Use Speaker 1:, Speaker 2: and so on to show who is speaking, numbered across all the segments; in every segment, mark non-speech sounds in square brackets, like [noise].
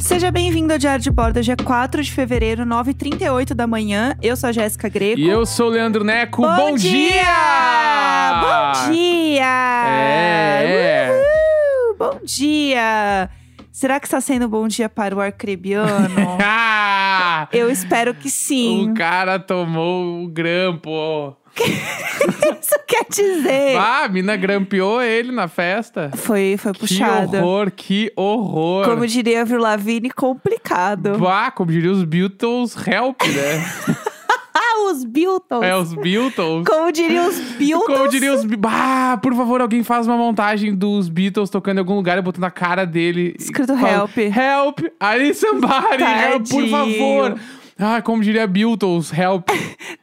Speaker 1: Seja bem-vindo ao Diário de Bordo, dia 4 de fevereiro, 9h38 da manhã. Eu sou a Jéssica Greco.
Speaker 2: E eu sou o Leandro Neco.
Speaker 1: Bom,
Speaker 2: Bom,
Speaker 1: dia! Bom dia!
Speaker 2: É, é.
Speaker 1: Uhul! Bom dia! Será que está sendo um bom dia para o
Speaker 2: [laughs]
Speaker 1: arcrebiano?
Speaker 2: Ah!
Speaker 1: Eu espero que sim.
Speaker 2: O cara tomou o grampo.
Speaker 1: Isso quer dizer.
Speaker 2: Ah, a mina grampeou ele na festa.
Speaker 1: É. Foi, foi
Speaker 2: Que
Speaker 1: puxada.
Speaker 2: horror, que horror.
Speaker 1: Como diria Avril Lavigne, complicado.
Speaker 2: Bah, como diria os Beatles, help, né?
Speaker 1: Ah, os Beatles!
Speaker 2: é, os
Speaker 1: [laughs]
Speaker 2: Beatles.
Speaker 1: Como assim? diria os Beatles?
Speaker 2: [laughs] Como diria os... Be- Bah, por favor, alguém faz uma montagem dos Beatles tocando em algum lugar e botando a cara dele. e
Speaker 1: Escrito
Speaker 2: falando,
Speaker 1: help.
Speaker 2: Help, aí somebody, help, por
Speaker 1: Tadinho.
Speaker 2: favor. Ah, como diria Beatles, help.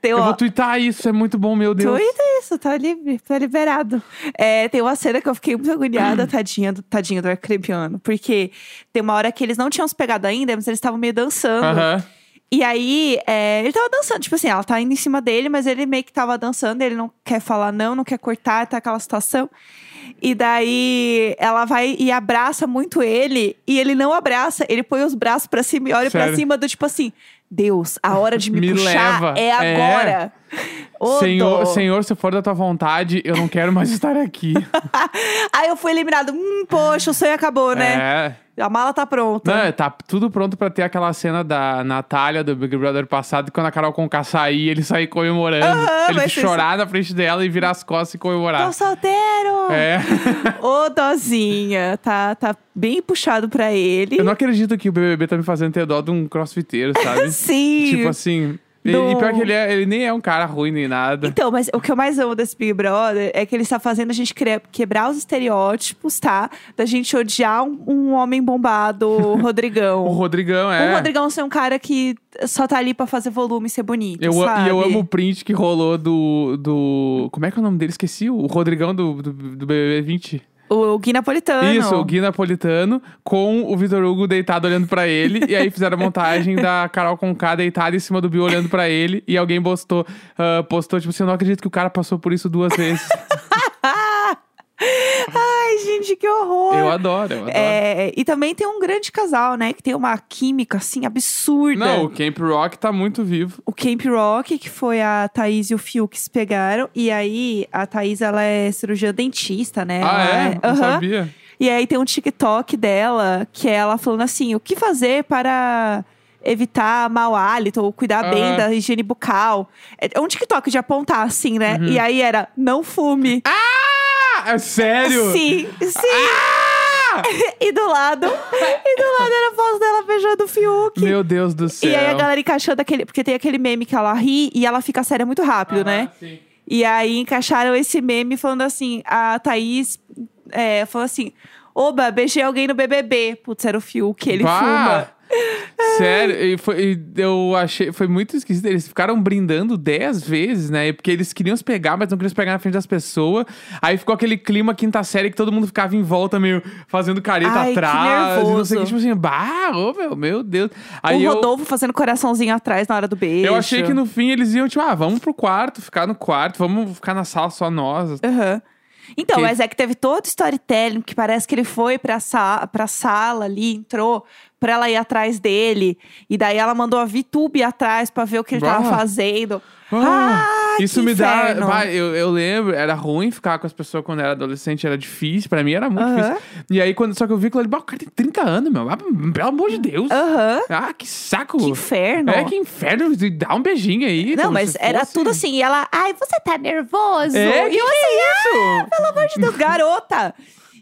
Speaker 1: Tem
Speaker 2: Eu
Speaker 1: uma-
Speaker 2: vou twittar isso, é muito bom, meu Deus.
Speaker 1: Twitter isso, tá livre, tá liberado. É, tem uma cena que eu fiquei muito agoniada, [clears throat] tadinha do, tadinho do Arcrebiano. Porque tem uma hora que eles não tinham se pegado ainda, mas eles estavam meio dançando.
Speaker 2: Aham.
Speaker 1: E aí, é, ele tava dançando, tipo assim, ela tá indo em cima dele, mas ele meio que tava dançando, ele não quer falar não, não quer cortar, tá aquela situação. E daí ela vai e abraça muito ele, e ele não abraça, ele põe os braços pra cima e olha pra
Speaker 2: Sério?
Speaker 1: cima do tipo assim: Deus, a hora de [laughs] me,
Speaker 2: Me
Speaker 1: puxar
Speaker 2: leva.
Speaker 1: é
Speaker 2: É.
Speaker 1: agora. Ô,
Speaker 2: Senhor,
Speaker 1: dó.
Speaker 2: senhor, se for da tua vontade, eu não quero mais [laughs] estar aqui.
Speaker 1: Aí eu fui eliminado. Hum, poxa, o sonho acabou, [laughs] né?
Speaker 2: É.
Speaker 1: A mala tá pronta.
Speaker 2: Não, tá tudo pronto pra ter aquela cena da Natália do Big Brother passado, quando a Carol Conká sair, ele sair comemorando.
Speaker 1: Aham, vai
Speaker 2: ele
Speaker 1: ser
Speaker 2: chorar na frente dela e virar as costas e comemorar.
Speaker 1: Tô solteiro!
Speaker 2: tá. É.
Speaker 1: [laughs] Ô, dozinha. Tá, tá bem puxado pra ele.
Speaker 2: Eu não acredito que o BBB tá me fazendo ter dó de um crossfiteiro, sabe?
Speaker 1: [laughs] Sim!
Speaker 2: tipo assim. e-
Speaker 1: Do-
Speaker 2: E pior que ele, é- ele nem é um cara ruim nem nada.
Speaker 1: Então, mas o que eu mais amo desse Big Brother é que ele está fazendo a gente cre- quebrar os estereótipos, tá? Da gente odiar um, um homem
Speaker 2: [laughs]
Speaker 1: bombado, o
Speaker 2: O
Speaker 1: Rodrigão.
Speaker 2: Rodrigão
Speaker 1: Então, O
Speaker 2: é.
Speaker 1: Rodrigão ser um cara que só tá ali pra fazer volume e ser bonito,
Speaker 2: Eu, a-
Speaker 1: sabe?
Speaker 2: e eu amo o print que rolou do, do. Como é que é o nome dele? Esqueci. O Rodrigão do, do, do BBB 20.
Speaker 1: O, o Gui Napolitano.
Speaker 2: Isso, o Gui Napolitano com o Vitor Hugo deitado olhando pra ele. e aí fizeram a montagem da Carol Conká deitada em cima do Bill olhando pra ele. E alguém postou, ah, postou tipo assim: Eu não acredito que o cara passou por isso
Speaker 1: [laughs]
Speaker 2: duas vezes.
Speaker 1: Ai, gente, que horror!
Speaker 2: eu adoro, eu adoro.
Speaker 1: É, e também tem um grande casal, né? Que tem uma química, assim, absurda.
Speaker 2: Não, o Camp Rock tá muito vivo.
Speaker 1: O Camp Rock, que foi a Thaís e o Fiuk que se pegaram. E aí, a Thaís, ela é cirurgiã dentista, né?
Speaker 2: ah,
Speaker 1: Ela
Speaker 2: é? Não
Speaker 1: Aham.
Speaker 2: sabia.
Speaker 1: E aí tem um TikTok dela, que é ela falando assim, o que fazer para evitar mau hálito ou cuidar bem
Speaker 2: Aham.
Speaker 1: da higiene bucal. É um TikTok de apontar, assim, né?
Speaker 2: Uhum.
Speaker 1: E aí era, não fume.
Speaker 2: Ah, é sério?
Speaker 1: Sim, sim.
Speaker 2: Ah!
Speaker 1: [laughs] E do lado, e do lado era a voz dela beijando o Fiuk.
Speaker 2: Meu Deus do céu.
Speaker 1: E aí a galera encaixando aquele. Porque tem aquele meme que ela ri e ela fica séria muito rápido, né?
Speaker 2: Ah, sim.
Speaker 1: E aí encaixaram esse meme falando assim: a Thaís é, falou assim: Oba, beijei alguém no BBB. Putz, era o Fiuk, ele
Speaker 2: Bah!
Speaker 1: fuma.
Speaker 2: Sério, e foi, e eu achei, foi muito esquisito. Eles ficaram brindando 10 vezes, né? Porque eles queriam se pegar, mas não queriam se pegar na frente das pessoas. Aí ficou aquele clima quinta série que todo mundo ficava em volta, meio fazendo careta
Speaker 1: Ai, que
Speaker 2: atrás. e não sei o que,
Speaker 1: nervoso. Um
Speaker 2: tipo assim, bah, ô, meu, meu Deus. Aí
Speaker 1: o
Speaker 2: eu,
Speaker 1: Rodolfo fazendo coraçãozinho atrás na hora do beijo.
Speaker 2: eu achei que no fim eles iam, tipo, ah, vamos pro quarto, ficar no quarto, vamos ficar na sala só nós.
Speaker 1: Aham. Então,
Speaker 2: Que-
Speaker 1: mas é que teve todo o storytelling que parece que ele foi pra, sa pra sala ali, entrou pra ela ir atrás dele. E daí ela mandou a VTube atrás pra ver o que ele tava
Speaker 2: Bah.
Speaker 1: fazendo.
Speaker 2: Ah,
Speaker 1: Ah,
Speaker 2: isso
Speaker 1: que
Speaker 2: me
Speaker 1: inferno.
Speaker 2: dá. Bah, eu, eu lembro, era ruim ficar com as pessoas quando era adolescente, era difícil. Pra mim era muito
Speaker 1: Aham.
Speaker 2: difícil. E aí, quando, só que eu vi que ele, bah, o cara tem 30 anos, meu. Ah, pelo amor de Deus.
Speaker 1: Aham.
Speaker 2: Ah, que saco.
Speaker 1: Que inferno.
Speaker 2: É, que inferno. Dá um beijinho aí.
Speaker 1: Não,
Speaker 2: como
Speaker 1: mas
Speaker 2: se
Speaker 1: era
Speaker 2: fosse.
Speaker 1: tudo assim. E ela, ai, você tá nervoso?
Speaker 2: É,
Speaker 1: e
Speaker 2: que
Speaker 1: eu
Speaker 2: que
Speaker 1: assim,
Speaker 2: é isso?
Speaker 1: pelo amor de Deus, garota!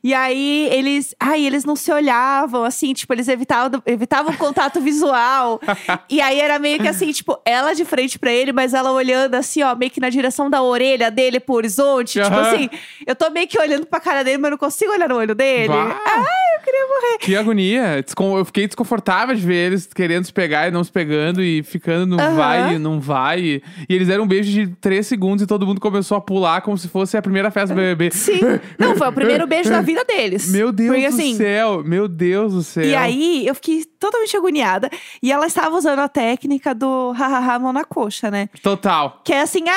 Speaker 1: E aí eles, ai, eles não se olhavam, assim, tipo, eles evitavam, evitavam o contato visual. e aí era meio que assim, tipo, ela de frente pra ele, mas ela olhando assim, ó, meio que na direção da orelha dele pro horizonte. Tipo
Speaker 2: Aham.
Speaker 1: assim, eu tô meio que olhando pra cara dele, mas eu não consigo olhar no olho dele. É
Speaker 2: Bah.
Speaker 1: Ai, eu queria morrer.
Speaker 2: Que agonia. Descon- Eu fiquei desconfortável de ver eles querendo se pegar e não se pegando e ficando no
Speaker 1: Aham.
Speaker 2: vai e não vai. E eles deram um beijo de 3 segundos e todo mundo começou a pular como se fosse a primeira
Speaker 1: [laughs]
Speaker 2: festa do BBB.
Speaker 1: Sim. assim. Não, foi o primeiro beijo da vida deles.
Speaker 2: Meu Deus
Speaker 1: Porque,
Speaker 2: do
Speaker 1: assim,
Speaker 2: céu, meu Deus do céu.
Speaker 1: E aí, eu fiquei totalmente agoniada. E ela estava usando a técnica do hahaha mão na coxa, né?
Speaker 2: Total.
Speaker 1: Que é assim, ah,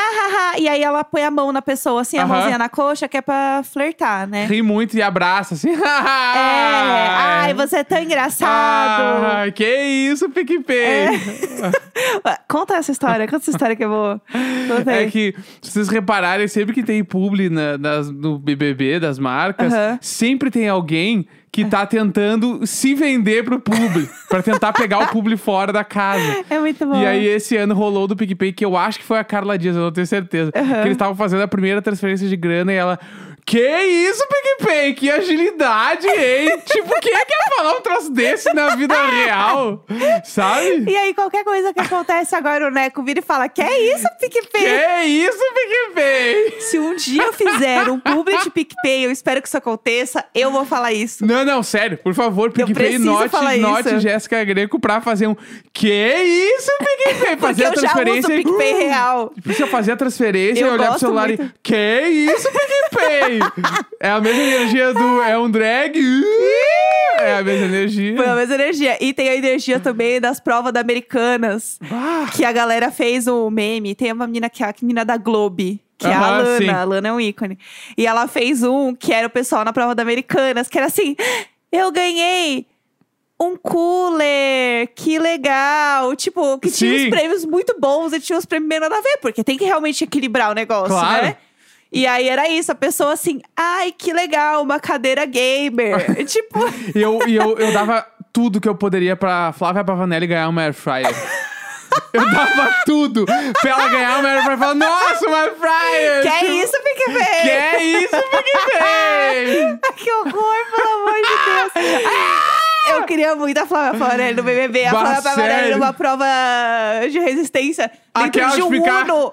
Speaker 1: haha. E aí ela põe a mão na pessoa, assim, a
Speaker 2: Aham.
Speaker 1: mãozinha na coxa, que é pra flertar, né?
Speaker 2: [laughs] Ri muito e abraça, assim. Ah,
Speaker 1: ai,
Speaker 2: é.
Speaker 1: você é É, tão engraçado.
Speaker 2: Ah, que isso, PicPay! É
Speaker 1: Conta essa história, conta essa história que eu vou. Conta aí.
Speaker 2: É que, se vocês repararem, sempre que tem publi na- nas- no BBB das marcas,
Speaker 1: Aham.
Speaker 2: sempre tem alguém que tá tentando se vender pro publi, pra tentar pegar o publi fora
Speaker 1: [laughs]
Speaker 2: da casa.
Speaker 1: É muito bom.
Speaker 2: E aí, esse ano rolou do PicPay, que eu acho que foi a Carla Dias, eu não tenho certeza. Que eles estavam fazendo a primeira transferência de grana e ela. Que isso, PicPay? Que agilidade,
Speaker 1: [laughs]
Speaker 2: hein? tipo, quem é que ia falar um troço desse na vida real? Sabe?
Speaker 1: E aí, qualquer coisa que acontece agora, o Neco vira e fala: Que é isso, PicPay?
Speaker 2: Que isso, PicPay?
Speaker 1: Se um dia eu fizer um publi de PicPay, eu espero que isso aconteça, eu vou falar isso.
Speaker 2: Não, não, sério, por favor, PicPay,
Speaker 1: preciso
Speaker 2: note,
Speaker 1: falar
Speaker 2: note
Speaker 1: isso.
Speaker 2: Jéssica Greco pra fazer um. Que isso, PicPay?
Speaker 1: Porque
Speaker 2: Fazer a
Speaker 1: eu já uso o
Speaker 2: transferência. e-
Speaker 1: PicPay real.
Speaker 2: Precisa fazer a transferência
Speaker 1: Eu
Speaker 2: e olhar pro
Speaker 1: gosto
Speaker 2: celular e.
Speaker 1: muito.
Speaker 2: Que isso,
Speaker 1: [laughs]
Speaker 2: PicPay? é a mesma energia do. É um drag. é a mesma energia.
Speaker 1: Foi a mesma energia. E tem a energia também das provas da Americanas.
Speaker 2: Ah,
Speaker 1: [laughs] Que a galera fez o meme. Tem uma menina que é a menina da Globe. Que é a
Speaker 2: Aham,
Speaker 1: Lana.
Speaker 2: sim.
Speaker 1: A Lana é um ícone. E ela fez um que era o pessoal na prova da Americanas. Que era assim... Eu ganhei um cooler. Que legal. Tipo, que tinha
Speaker 2: Sim.
Speaker 1: uns prêmios muito bons. E tinha uns prêmios meio nada a ver. Porque tem que realmente equilibrar o negócio,
Speaker 2: Claro.
Speaker 1: né? E aí era isso, a pessoa assim, ai, que legal, uma cadeira gamer.
Speaker 2: [laughs]
Speaker 1: tipo,
Speaker 2: e eu, e eu, eu dava tudo que eu poderia pra Flávia Pavanelli ganhar uma air fryer. Eu dava tudo pra ela ganhar uma air fryer. Falar, nossa, uma air fryer!
Speaker 1: que
Speaker 2: Tipo,
Speaker 1: é isso, PicPay?
Speaker 2: Que é isso, PicPay?
Speaker 1: Que horror, pelo amor de Deus. Ah! Eu queria muito a Flávia Pavanelli no BBB. A
Speaker 2: Bah,
Speaker 1: Flávia Pavanelli
Speaker 2: sério?
Speaker 1: numa prova de resistência dentro
Speaker 2: Aquela
Speaker 1: de um
Speaker 2: de ficar-
Speaker 1: Uno.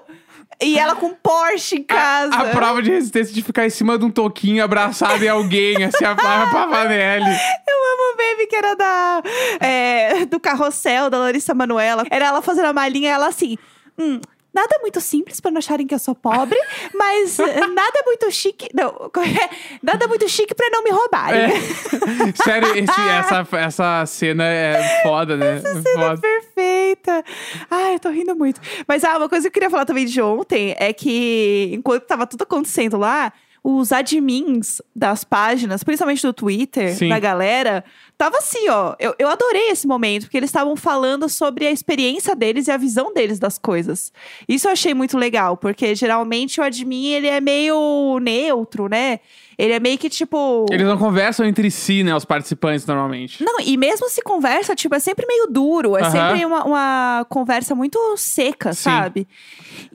Speaker 1: E ela com Porsche em [laughs] casa.
Speaker 2: A prova de resistência de ficar em cima de um toquinho abraçado em alguém, assim, a Flávia Pavanelli.
Speaker 1: Eu amo o baby que era da, é, do carrossel da Larissa Manuela. Era ela fazendo a malinha, ela assim... "Hum, Nada muito simples pra não acharem que eu sou pobre, mas eh, nada muito chique. Não, [laughs] nada muito chique pra não me roubarem.
Speaker 2: É. [laughs] Sério, esse- essa, essa cena é foda, né?
Speaker 1: cena
Speaker 2: Foda.
Speaker 1: perfeita. Ai, eu tô rindo muito. Mas ah, uma coisa que eu queria falar também de ontem é que enquanto tava tudo acontecendo lá, os admins das páginas, principalmente do Twitter,
Speaker 2: Sim.
Speaker 1: da galera, tava assim, ó. Eu, eu adorei esse momento, porque eles estavam falando sobre a experiência deles e a visão deles das coisas. Isso eu achei muito legal, porque geralmente o admin, ele é meio neutro, né? Ele é meio que tipo.
Speaker 2: Eles não conversam entre si, né, os participantes, normalmente.
Speaker 1: Não, e mesmo se conversa, tipo, é sempre meio duro. É
Speaker 2: Aham.
Speaker 1: sempre uma, uma conversa muito seca,
Speaker 2: Sim.
Speaker 1: sabe?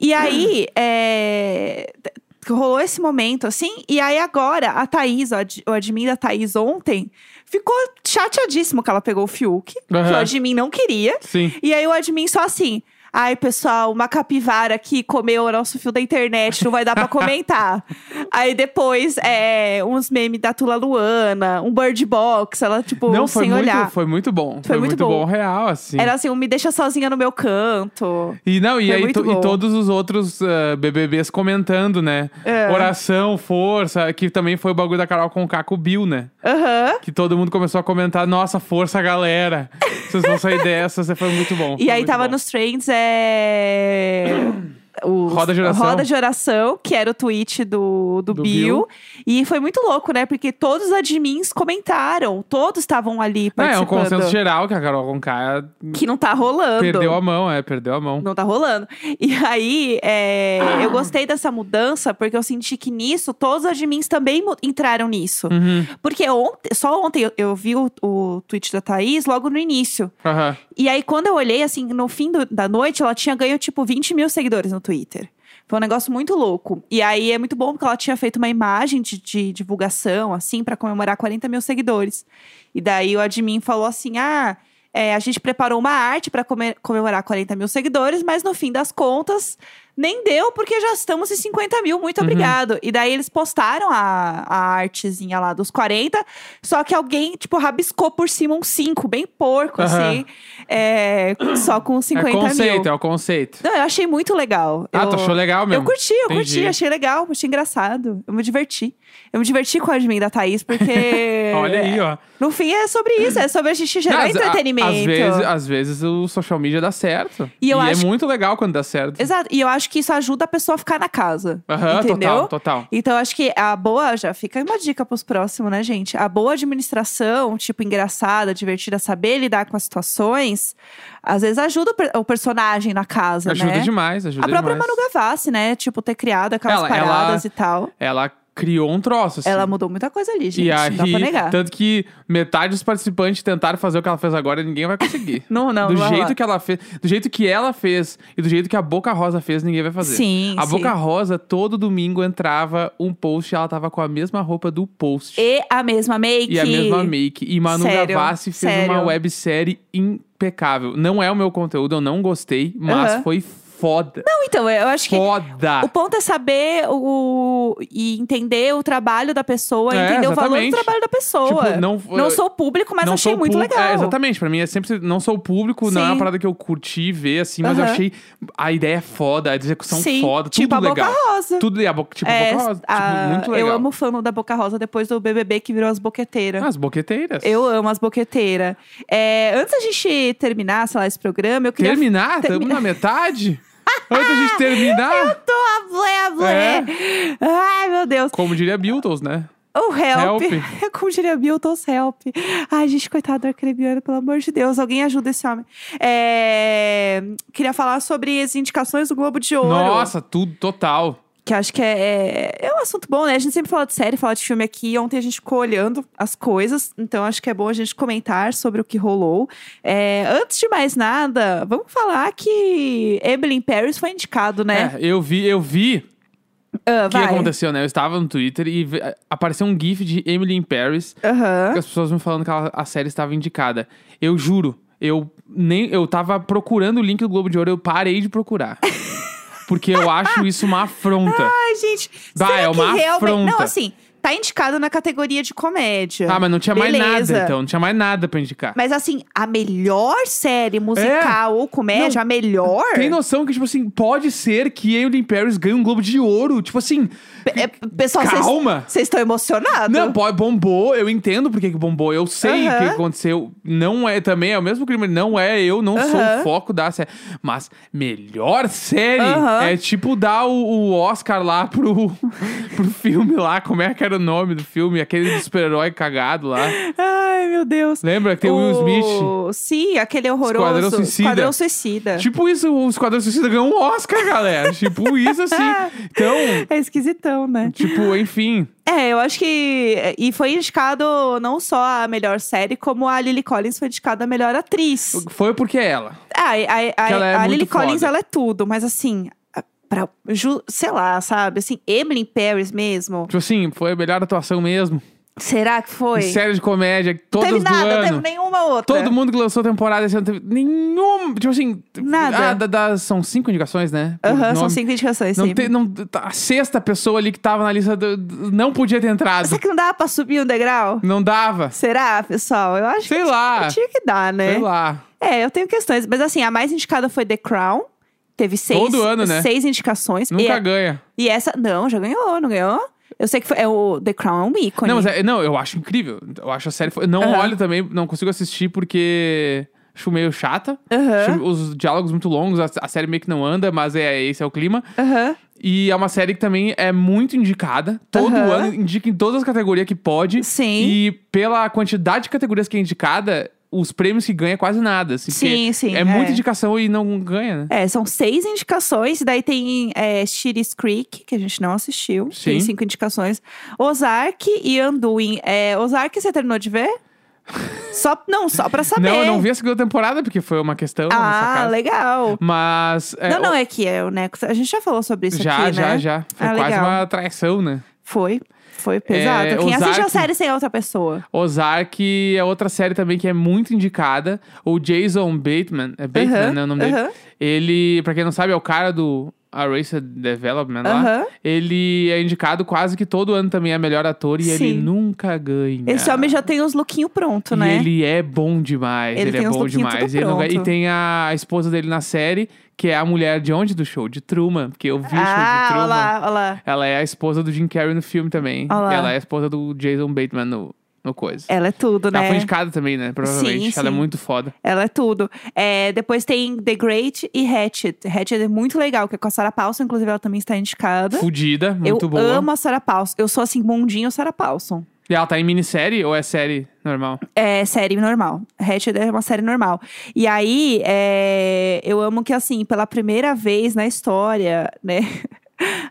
Speaker 1: E aí, é, t- rolou esse momento, assim. E aí agora, a Thaís, o ad- o admin da Thaís ontem, ficou chateadíssimo que ela pegou o Fiuk. Que o
Speaker 2: Aham.
Speaker 1: admin não queria.
Speaker 2: Sim.
Speaker 1: E aí o admin só assim. Ai, pessoal, uma capivara aqui comeu o nosso fio da internet, não vai dar pra
Speaker 2: [laughs]
Speaker 1: comentar. aí depois, é, uns memes da Tula Luana, um Bird Box, ela, tipo,
Speaker 2: não, foi
Speaker 1: sem
Speaker 2: muito,
Speaker 1: olhar.
Speaker 2: foi muito bom. Foi,
Speaker 1: muito bom.
Speaker 2: real, assim.
Speaker 1: Era assim, um me deixa sozinha no meu canto.
Speaker 2: E não, e
Speaker 1: Foi
Speaker 2: aí
Speaker 1: muito
Speaker 2: to- e
Speaker 1: bom.
Speaker 2: todos os outros ah, BBBs comentando, né?
Speaker 1: É.
Speaker 2: Oração, força, que também foi o bagulho da Carol com o Caco Bill, né?
Speaker 1: Aham.
Speaker 2: Que todo mundo começou a comentar, nossa, força, galera. Vocês vão sair dessa, você foi muito bom.
Speaker 1: E
Speaker 2: foi
Speaker 1: aí
Speaker 2: muito
Speaker 1: tava
Speaker 2: bom.
Speaker 1: nos trends, é. o-
Speaker 2: Roda de oração.
Speaker 1: Roda de oração, que era o tweet do, do,
Speaker 2: Do
Speaker 1: Bill.
Speaker 2: Bill.
Speaker 1: E foi muito louco, né? Porque todos os admins comentaram. Todos estavam ali
Speaker 2: Não, é um
Speaker 1: participando.
Speaker 2: consenso geral que a Carol Conká
Speaker 1: que não tá rolando.
Speaker 2: perdeu a mão, é, perdeu a mão.
Speaker 1: Não tá rolando. E aí, é, eu gostei dessa mudança, porque eu senti que nisso, todos os admins também mu- entraram nisso.
Speaker 2: Uhum,
Speaker 1: Porque ontem, só ontem eu, eu vi o, o tweet da Thaís logo no início.
Speaker 2: aham. É
Speaker 1: E aí, quando eu olhei, assim, no fim do- da noite, ela tinha ganho, tipo, 20 mil seguidores no Twitter. Foi um negócio muito louco. E aí é muito bom porque ela tinha feito uma imagem de, de divulgação, assim, pra comemorar 40 mil seguidores. E daí o admin falou assim: ah, é, a gente preparou uma arte pra come- comemorar 40 mil seguidores, mas no fim das contas, nem deu, porque já estamos em 50 mil,
Speaker 2: Uhum.
Speaker 1: muito obrigado. E daí eles postaram a, a artezinha lá dos 40, só que alguém, tipo, rabiscou por cima um 5, bem porco,
Speaker 2: Aham.
Speaker 1: assim. É, só com 50
Speaker 2: É conceito,
Speaker 1: mil.
Speaker 2: é o conceito.
Speaker 1: Não, eu achei muito legal.
Speaker 2: Ah,
Speaker 1: eu,
Speaker 2: tu achou legal mesmo?
Speaker 1: Eu curti, eu curti,
Speaker 2: Entendi.
Speaker 1: achei legal, achei engraçado. Eu me diverti. Eu me diverti com o admin da Thaís, porque.
Speaker 2: [laughs] Olha aí, ó.
Speaker 1: No fim é sobre isso, é sobre a gente gerar
Speaker 2: Às- a-
Speaker 1: entretenimento.
Speaker 2: Às vezes, às vezes o social media dá certo.
Speaker 1: E eu
Speaker 2: é
Speaker 1: acho-
Speaker 2: muito legal quando dá certo.
Speaker 1: Exato. E eu acho acho que isso ajuda a pessoa a ficar na casa.
Speaker 2: Aham,
Speaker 1: entendeu?
Speaker 2: total, total.
Speaker 1: Então, acho que a boa, já fica aí uma dica pros próximos, né, gente? A boa administração, tipo, engraçada, divertida, saber lidar com as situações, às vezes ajuda o, per- o personagem na casa,
Speaker 2: Ajuda
Speaker 1: né?
Speaker 2: demais, ajuda
Speaker 1: a própria
Speaker 2: demais.
Speaker 1: Manu Gavassi, né? Tipo, ter criado aquelas
Speaker 2: Ela- ela-
Speaker 1: paradas e tal.
Speaker 2: Ela criou um troço, assim.
Speaker 1: Ela mudou muita coisa ali, gente.
Speaker 2: e aí,
Speaker 1: não dá pra negar.
Speaker 2: tanto que metade dos participantes tentaram fazer o que ela fez agora, e ninguém vai conseguir.
Speaker 1: Não, [laughs] não,
Speaker 2: do
Speaker 1: não vai
Speaker 2: jeito
Speaker 1: rolar.
Speaker 2: que ela fez, do jeito que ela fez e do jeito que a Boca Rosa fez, ninguém vai fazer.
Speaker 1: Sim,
Speaker 2: A
Speaker 1: sim.
Speaker 2: Boca Rosa todo domingo entrava um post e ela tava com a mesma roupa do post
Speaker 1: E a mesma make.
Speaker 2: e a mesma make. E Manu
Speaker 1: Sério,
Speaker 2: Gavassi fez uma
Speaker 1: sério.
Speaker 2: websérie impecável. Não é o meu conteúdo, eu não gostei, mas
Speaker 1: Aham.
Speaker 2: foi foda.
Speaker 1: Não, então, eu acho que
Speaker 2: foda.
Speaker 1: O ponto é saber o, e entender o trabalho da pessoa,
Speaker 2: É,
Speaker 1: entender o valor do
Speaker 2: exatamente.
Speaker 1: trabalho da pessoa.
Speaker 2: Tipo, não-
Speaker 1: sou o público, mas
Speaker 2: não
Speaker 1: achei
Speaker 2: sou
Speaker 1: muito
Speaker 2: pub-
Speaker 1: legal.
Speaker 2: É, exatamente, pra mim é sempre. Não sou o público, não é uma
Speaker 1: Sim.
Speaker 2: parada que eu curti ver, assim, mas eu
Speaker 1: Aham.
Speaker 2: achei a ideia é foda, a execução
Speaker 1: Sim,
Speaker 2: foda,
Speaker 1: tipo
Speaker 2: tudo
Speaker 1: a Boca
Speaker 2: legal.
Speaker 1: Rosa.
Speaker 2: Tudo e a boca, tipo,
Speaker 1: É,
Speaker 2: a boca rosa.
Speaker 1: a-
Speaker 2: tipo, muito legal. Ah,
Speaker 1: Eu amo o fã da Boca Rosa depois do BBB que virou as boqueteiras.
Speaker 2: as boqueteiras.
Speaker 1: Eu amo as boqueteiras. É, antes da gente terminar, sei lá, esse programa, eu queria.
Speaker 2: Terminar?
Speaker 1: Termi-
Speaker 2: Tamo
Speaker 1: [laughs]
Speaker 2: na metade? Antes de terminar,
Speaker 1: Tô, blé, blé.
Speaker 2: É?
Speaker 1: Ai, meu Deus.
Speaker 2: como diria Beatles, né?
Speaker 1: O help. [laughs]
Speaker 2: Help.
Speaker 1: Como diria Milton's help. Ai, gente, coitado do Arcrebiano, pelo amor de Deus. Alguém ajuda esse homem. É, Queria falar sobre as indicações do Globo de Ouro.
Speaker 2: Nossa, tudo total.
Speaker 1: Que acho que é, é, é um assunto bom, né? A gente sempre fala de série, fala de filme aqui. Ontem a gente ficou olhando as coisas. Então acho que é bom a gente comentar sobre o que rolou. É, Antes de mais nada, vamos falar que Emily Paris foi indicado, né?
Speaker 2: É, eu vi, eu vi
Speaker 1: Ah,
Speaker 2: o que
Speaker 1: vai.
Speaker 2: aconteceu, né? Eu estava no Twitter e vi- apareceu um GIF de Emily in Paris
Speaker 1: Aham.
Speaker 2: que as pessoas me falando que ela- a série estava indicada. Eu juro, eu nem eu tava procurando o link do Globo de Ouro, eu parei
Speaker 1: [laughs]
Speaker 2: de procurar. Porque eu acho isso uma afronta.
Speaker 1: Ai, gente.
Speaker 2: Bah,
Speaker 1: será
Speaker 2: é
Speaker 1: que
Speaker 2: uma
Speaker 1: realmente. Não,
Speaker 2: afronta.
Speaker 1: assim, tá indicado na categoria de comédia.
Speaker 2: Ah, mas não tinha mais
Speaker 1: Beleza.
Speaker 2: nada, então. Não tinha mais nada pra indicar.
Speaker 1: Mas assim, a melhor série
Speaker 2: É.
Speaker 1: musical ou comédia, a melhor.
Speaker 2: Tem noção que, tipo assim, pode ser que Emily in Paris ganhe um Globo de Ouro. Tipo assim,
Speaker 1: É, pessoal, vocês-
Speaker 2: Calma.
Speaker 1: Vocês estão emocionados?
Speaker 2: Não, pô, bombou, eu entendo porque que bombou, eu sei o
Speaker 1: Aham.
Speaker 2: que aconteceu. Não é também, é o mesmo crime, não é eu, não sou
Speaker 1: Aham.
Speaker 2: o foco da série. Mas melhor série
Speaker 1: Aham.
Speaker 2: é tipo dar o, o Oscar lá pro, [laughs] pro filme lá, como é que era o nome do filme? Aquele do super-herói cagado lá.
Speaker 1: Ai, meu Deus.
Speaker 2: Lembra que tem o Will Smith?
Speaker 1: O- Sim, aquele horroroso.
Speaker 2: Esquadrão Suicida.
Speaker 1: Esquadrão Suicida.
Speaker 2: Tipo isso, o Esquadrão Suicida ganhou um Oscar, galera. tipo
Speaker 1: [laughs]
Speaker 2: isso, assim. Então,
Speaker 1: É esquisitão, né?
Speaker 2: tipo, enfim.
Speaker 1: É, eu acho que. E foi indicado não só a melhor série, como a Lily Collins foi indicada a melhor atriz.
Speaker 2: Foi porque é ela.
Speaker 1: Ah, a, a-
Speaker 2: Que ela é
Speaker 1: a
Speaker 2: muito
Speaker 1: Lily Collins,
Speaker 2: foda.
Speaker 1: ela é tudo, mas assim, a- pra, ju- sei lá, sabe? Assim, Emily in Paris mesmo.
Speaker 2: Tipo assim, foi a melhor atuação mesmo.
Speaker 1: Será que foi?
Speaker 2: Série de comédia, todas
Speaker 1: teve
Speaker 2: é do
Speaker 1: nada,
Speaker 2: ano.
Speaker 1: teve nenhuma outra.
Speaker 2: Todo mundo que lançou temporada esse ano teve nenhum. Tipo assim.
Speaker 1: Nada.
Speaker 2: Ah, da- da- são cinco indicações, né? Por
Speaker 1: Aham, são
Speaker 2: nome.
Speaker 1: cinco indicações,
Speaker 2: Não
Speaker 1: sim.
Speaker 2: tem, não, tá- a sexta pessoa ali que tava na lista do- do- não podia ter entrado.
Speaker 1: Será que não dá pra subir um degrau?
Speaker 2: Não dava.
Speaker 1: Será, pessoal? Eu acho
Speaker 2: Sei
Speaker 1: que
Speaker 2: lá.
Speaker 1: tinha que dar, né?
Speaker 2: Sei lá.
Speaker 1: É, eu tenho questões. Mas assim, a mais indicada foi The Crown. Teve seis,
Speaker 2: Todo ano, né?
Speaker 1: seis indicações.
Speaker 2: Nunca
Speaker 1: e, é,
Speaker 2: ganha.
Speaker 1: e essa. Não, já ganhou, não ganhou? Eu sei que foi. É, o The Crown é um ícone.
Speaker 2: Não, mas é- não, eu acho incrível. Eu acho a série. fo- Eu não
Speaker 1: Aham.
Speaker 2: olho também, não consigo assistir porque. Acho meio chata.
Speaker 1: Aham.
Speaker 2: Acho Os diálogos muito longos, a, a série meio que não anda, mas é esse é o clima.
Speaker 1: Aham.
Speaker 2: E é uma série que também é muito indicada. Todo
Speaker 1: Aham.
Speaker 2: ano indica em todas as categorias que pode.
Speaker 1: Sim.
Speaker 2: E pela quantidade de categorias que é indicada, os prêmios que ganha é quase nada. assim, porque
Speaker 1: Sim, sim,
Speaker 2: É, muita
Speaker 1: é.
Speaker 2: indicação e não ganha, né?
Speaker 1: É, são seis indicações. Daí tem é, Shitty's Creek, que a gente não assistiu. Tem
Speaker 2: Sim.
Speaker 1: cinco indicações. Ozark e Anduin. É, Ozark, você terminou de
Speaker 2: [laughs]
Speaker 1: ver? só, não, só pra saber.
Speaker 2: Não, eu não vi a segunda temporada, porque foi uma questão na nossa
Speaker 1: Ah,
Speaker 2: casa.
Speaker 1: legal.
Speaker 2: Mas. é,
Speaker 1: não, não, é que é o Nexo. A gente já falou sobre isso
Speaker 2: já,
Speaker 1: aqui,
Speaker 2: já,
Speaker 1: né?
Speaker 2: já. Foi
Speaker 1: Ah,
Speaker 2: quase
Speaker 1: legal.
Speaker 2: uma traição, né?
Speaker 1: Foi. Foi pesado.
Speaker 2: É,
Speaker 1: Quem assiste a
Speaker 2: Ozark-
Speaker 1: série sem outra pessoa?
Speaker 2: Ozark é outra série também que é muito indicada. O Jason Bateman, é Bateman,
Speaker 1: Aham,
Speaker 2: né, o nome dele.
Speaker 1: aham.
Speaker 2: Ele, pra quem não sabe, é o cara do Arrested Development
Speaker 1: Aham.
Speaker 2: Tá lá. Ele é indicado quase que todo ano também é melhor ator e ele
Speaker 1: Sim.
Speaker 2: nunca ganha.
Speaker 1: Esse homem já tem os lookinhos pronto,
Speaker 2: e
Speaker 1: né?
Speaker 2: ele é bom demais,
Speaker 1: Ele
Speaker 2: ele,
Speaker 1: tem
Speaker 2: é
Speaker 1: uns
Speaker 2: bom
Speaker 1: lookinhos tudo
Speaker 2: demais. Ele não ganha. E
Speaker 1: pronto.
Speaker 2: tem a esposa dele na série, que é a mulher de onde? Do show? De Truman, porque eu vi o show de
Speaker 1: ah,
Speaker 2: Truman.
Speaker 1: olha lá, olha lá.
Speaker 2: Ela é a esposa do Jim Carrey no filme também.
Speaker 1: Olha lá.
Speaker 2: Ela é a esposa do Jason Bateman no no coisa.
Speaker 1: Ela é tudo,
Speaker 2: Ela
Speaker 1: né?
Speaker 2: foi indicada também, né? Provavelmente.
Speaker 1: Sim,
Speaker 2: Ela é
Speaker 1: sim.
Speaker 2: muito foda.
Speaker 1: Ela é tudo. É, depois tem The Great e Hatchet. Hatchet é muito legal, que é com a Sarah Paulson, inclusive ela também está indicada.
Speaker 2: Fudida, muito
Speaker 1: eu
Speaker 2: boa.
Speaker 1: amo a Sarah Paulson. Eu sou assim, bundinho Sarah Paulson.
Speaker 2: E ela tá em minissérie ou é série normal?
Speaker 1: É série normal. Hatchet é uma série normal. E aí, é, eu amo que, assim, pela primeira vez na história, né? [laughs]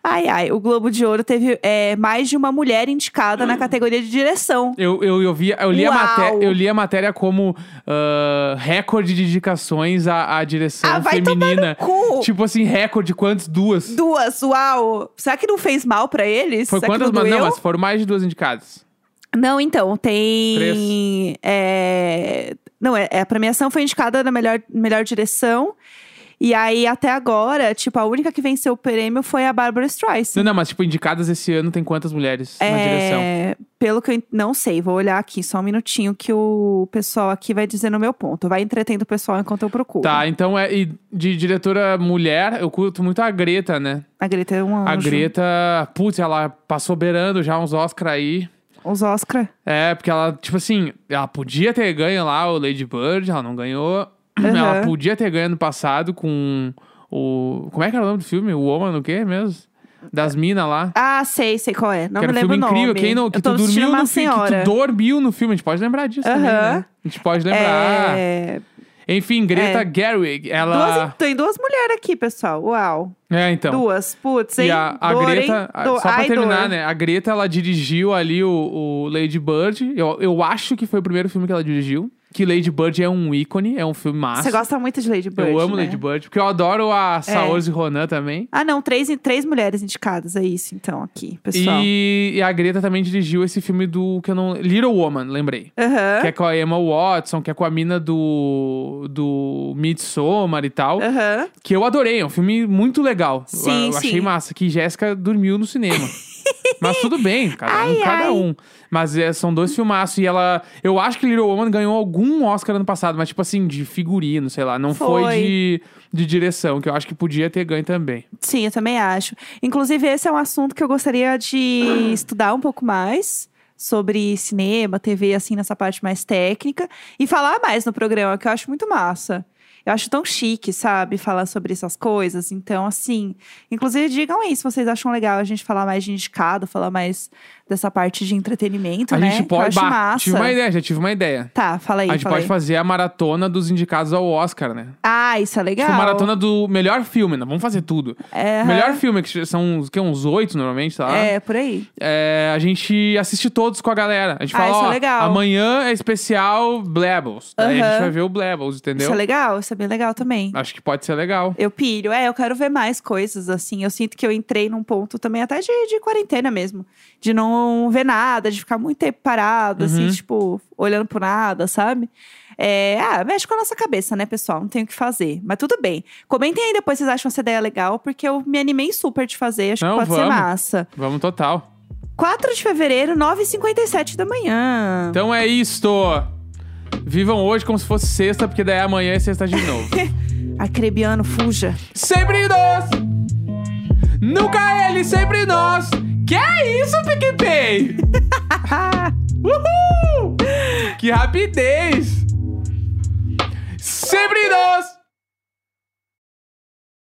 Speaker 1: Ai, ai, o Globo de Ouro teve é, mais de uma mulher indicada na categoria de direção.
Speaker 2: Eu, eu, eu, vi, eu, li, a
Speaker 1: Uau!
Speaker 2: maté- eu li a matéria como ah, recorde de indicações à, à direção
Speaker 1: Ah, vai tomar
Speaker 2: feminina.
Speaker 1: Cu!
Speaker 2: Tipo assim, recorde, quantas? Duas.
Speaker 1: Duas, uau! Será que não fez mal pra eles?
Speaker 2: Foi
Speaker 1: Será que
Speaker 2: quantas?
Speaker 1: não
Speaker 2: Mas, não,
Speaker 1: doeu?
Speaker 2: mas foram mais de duas indicadas.
Speaker 1: Não, então, tem. é, Não, é, é, a premiação foi indicada na melhor, melhor direção. E aí, até agora, tipo, a única que venceu o prêmio foi a Barbara Streisand.
Speaker 2: Não, não, mas tipo, indicadas esse ano tem quantas mulheres na direção?
Speaker 1: É, pelo que eu en- não sei, vou olhar aqui só um minutinho que o pessoal aqui vai dizer no meu ponto. Vai entretendo o pessoal enquanto eu procuro.
Speaker 2: Tá, então é e de diretora mulher, eu curto muito a Greta, né?
Speaker 1: A Greta é um anjo.
Speaker 2: A Greta, putz, ela passou beirando já uns Oscar aí.
Speaker 1: Os Oscar.
Speaker 2: É, porque ela, tipo assim, ela podia ter ganho lá o Lady Bird, ela não ganhou. [clears throat] Ela
Speaker 1: Aham.
Speaker 2: podia ter ganho no passado com o. Como é que era o nome do filme? O Woman, o quê mesmo? Das minas lá.
Speaker 1: Ah, sei, sei qual é. Não
Speaker 2: que era
Speaker 1: me
Speaker 2: um
Speaker 1: lembro
Speaker 2: filme
Speaker 1: o nome.
Speaker 2: incrível. Quem não, que
Speaker 1: eu tô
Speaker 2: tu
Speaker 1: assistindo
Speaker 2: dormiu
Speaker 1: uma
Speaker 2: no filme. Que
Speaker 1: senhora.
Speaker 2: tu dormiu no filme. A gente pode lembrar disso também,
Speaker 1: Aham.
Speaker 2: né? A gente pode lembrar.
Speaker 1: É,
Speaker 2: Enfim, Greta
Speaker 1: É.
Speaker 2: Gerwig,
Speaker 1: duas,
Speaker 2: ela.
Speaker 1: tem duas mulheres aqui, pessoal. Uau.
Speaker 2: É, então.
Speaker 1: Duas, putz, hein?
Speaker 2: E a, a
Speaker 1: Dor,
Speaker 2: Greta,
Speaker 1: hein?
Speaker 2: a-
Speaker 1: Dor.
Speaker 2: só pra
Speaker 1: Ai,
Speaker 2: terminar,
Speaker 1: dor.
Speaker 2: né? A Greta, ela dirigiu ali o, o Lady Bird. Eu, eu acho que foi o primeiro filme que ela dirigiu. Que Lady Bird é um ícone, é um filme massa.
Speaker 1: Você gosta muito de Lady Bird,
Speaker 2: eu amo
Speaker 1: né? É.
Speaker 2: Lady Bird, porque eu adoro a Saoirse Ronan também.
Speaker 1: Ah, não, três, três mulheres indicadas, é isso então aqui, pessoal.
Speaker 2: E, e a Greta também dirigiu esse filme do que eu não. Little Woman, lembrei.
Speaker 1: Aham.
Speaker 2: Que é com a Emma Watson, que é com a mina do. do Midsommar e tal.
Speaker 1: Aham.
Speaker 2: Que eu adorei, é um filme muito legal.
Speaker 1: Sim,
Speaker 2: eu, eu achei
Speaker 1: sim.
Speaker 2: massa, que Jéssica dormiu no cinema.
Speaker 1: [laughs]
Speaker 2: Mas tudo bem, cada, um-
Speaker 1: Ai,
Speaker 2: cada
Speaker 1: ai.
Speaker 2: um. Mas é, são dois filmaços. E ela. Eu acho que Little Woman ganhou algum Oscar ano passado, mas tipo assim, de figurino, sei lá. Não foi,
Speaker 1: Foi.
Speaker 2: de, de direção, que eu acho que podia ter ganho também.
Speaker 1: Sim, eu também acho. Inclusive, esse é um assunto que eu gostaria de estudar um pouco mais sobre cinema, TV, assim, nessa parte mais técnica, e falar mais no programa, que eu acho muito massa. Eu acho tão chique, sabe, falar sobre essas coisas. Então, assim, inclusive digam aí se vocês acham legal a gente falar mais de indicado, falar mais dessa parte de entretenimento,
Speaker 2: a
Speaker 1: né?
Speaker 2: gente
Speaker 1: que eu
Speaker 2: pode.
Speaker 1: acho
Speaker 2: Bah,
Speaker 1: massa.
Speaker 2: Tive uma ideia, já tive uma ideia.
Speaker 1: Tá, fala aí.
Speaker 2: a gente
Speaker 1: fala
Speaker 2: pode
Speaker 1: aí.
Speaker 2: fazer a maratona dos indicados ao Oscar, né?
Speaker 1: Ah, isso é legal.
Speaker 2: Tipo, maratona do melhor filme, né? Vamos fazer tudo.
Speaker 1: É,
Speaker 2: Melhor
Speaker 1: aham.
Speaker 2: filme, que são uns- que, uns oito normalmente, tá?
Speaker 1: É, por aí.
Speaker 2: É, a gente assiste todos com a galera. A gente
Speaker 1: Ah,
Speaker 2: fala,
Speaker 1: isso é
Speaker 2: ó,
Speaker 1: legal.
Speaker 2: amanhã é especial Blebbles. Daí a gente
Speaker 1: Aham.
Speaker 2: vai ver o Blebbles, entendeu?
Speaker 1: Isso é legal, isso é bem legal também.
Speaker 2: Acho que pode ser legal.
Speaker 1: Eu pilho, é, eu quero ver mais coisas, assim. Eu sinto que eu entrei num ponto também até de, de quarentena mesmo. De não ver nada, de ficar muito tempo parado, assim,
Speaker 2: Uhum.
Speaker 1: tipo, olhando pro nada, sabe? É, ah, mexe com a nossa cabeça, né, pessoal? Não tem o que fazer. Mas tudo bem. Comentem aí depois se vocês acham essa ideia legal, porque eu me animei super de fazer. Acho
Speaker 2: Não,
Speaker 1: que pode ser
Speaker 2: vamos.
Speaker 1: massa.
Speaker 2: Vamos total.
Speaker 1: 4 de fevereiro, 9h57 da manhã.
Speaker 2: Então é isto. Vivam hoje como se fosse sexta, porque daí amanhã é sexta de
Speaker 1: [laughs]
Speaker 2: novo.
Speaker 1: Acrebiano, fuja.
Speaker 2: sempre nós! Nunca ele, sempre nós! Que é isso,
Speaker 1: [laughs]
Speaker 2: PicPay? Uhul! Que rapidez! Sempre nós!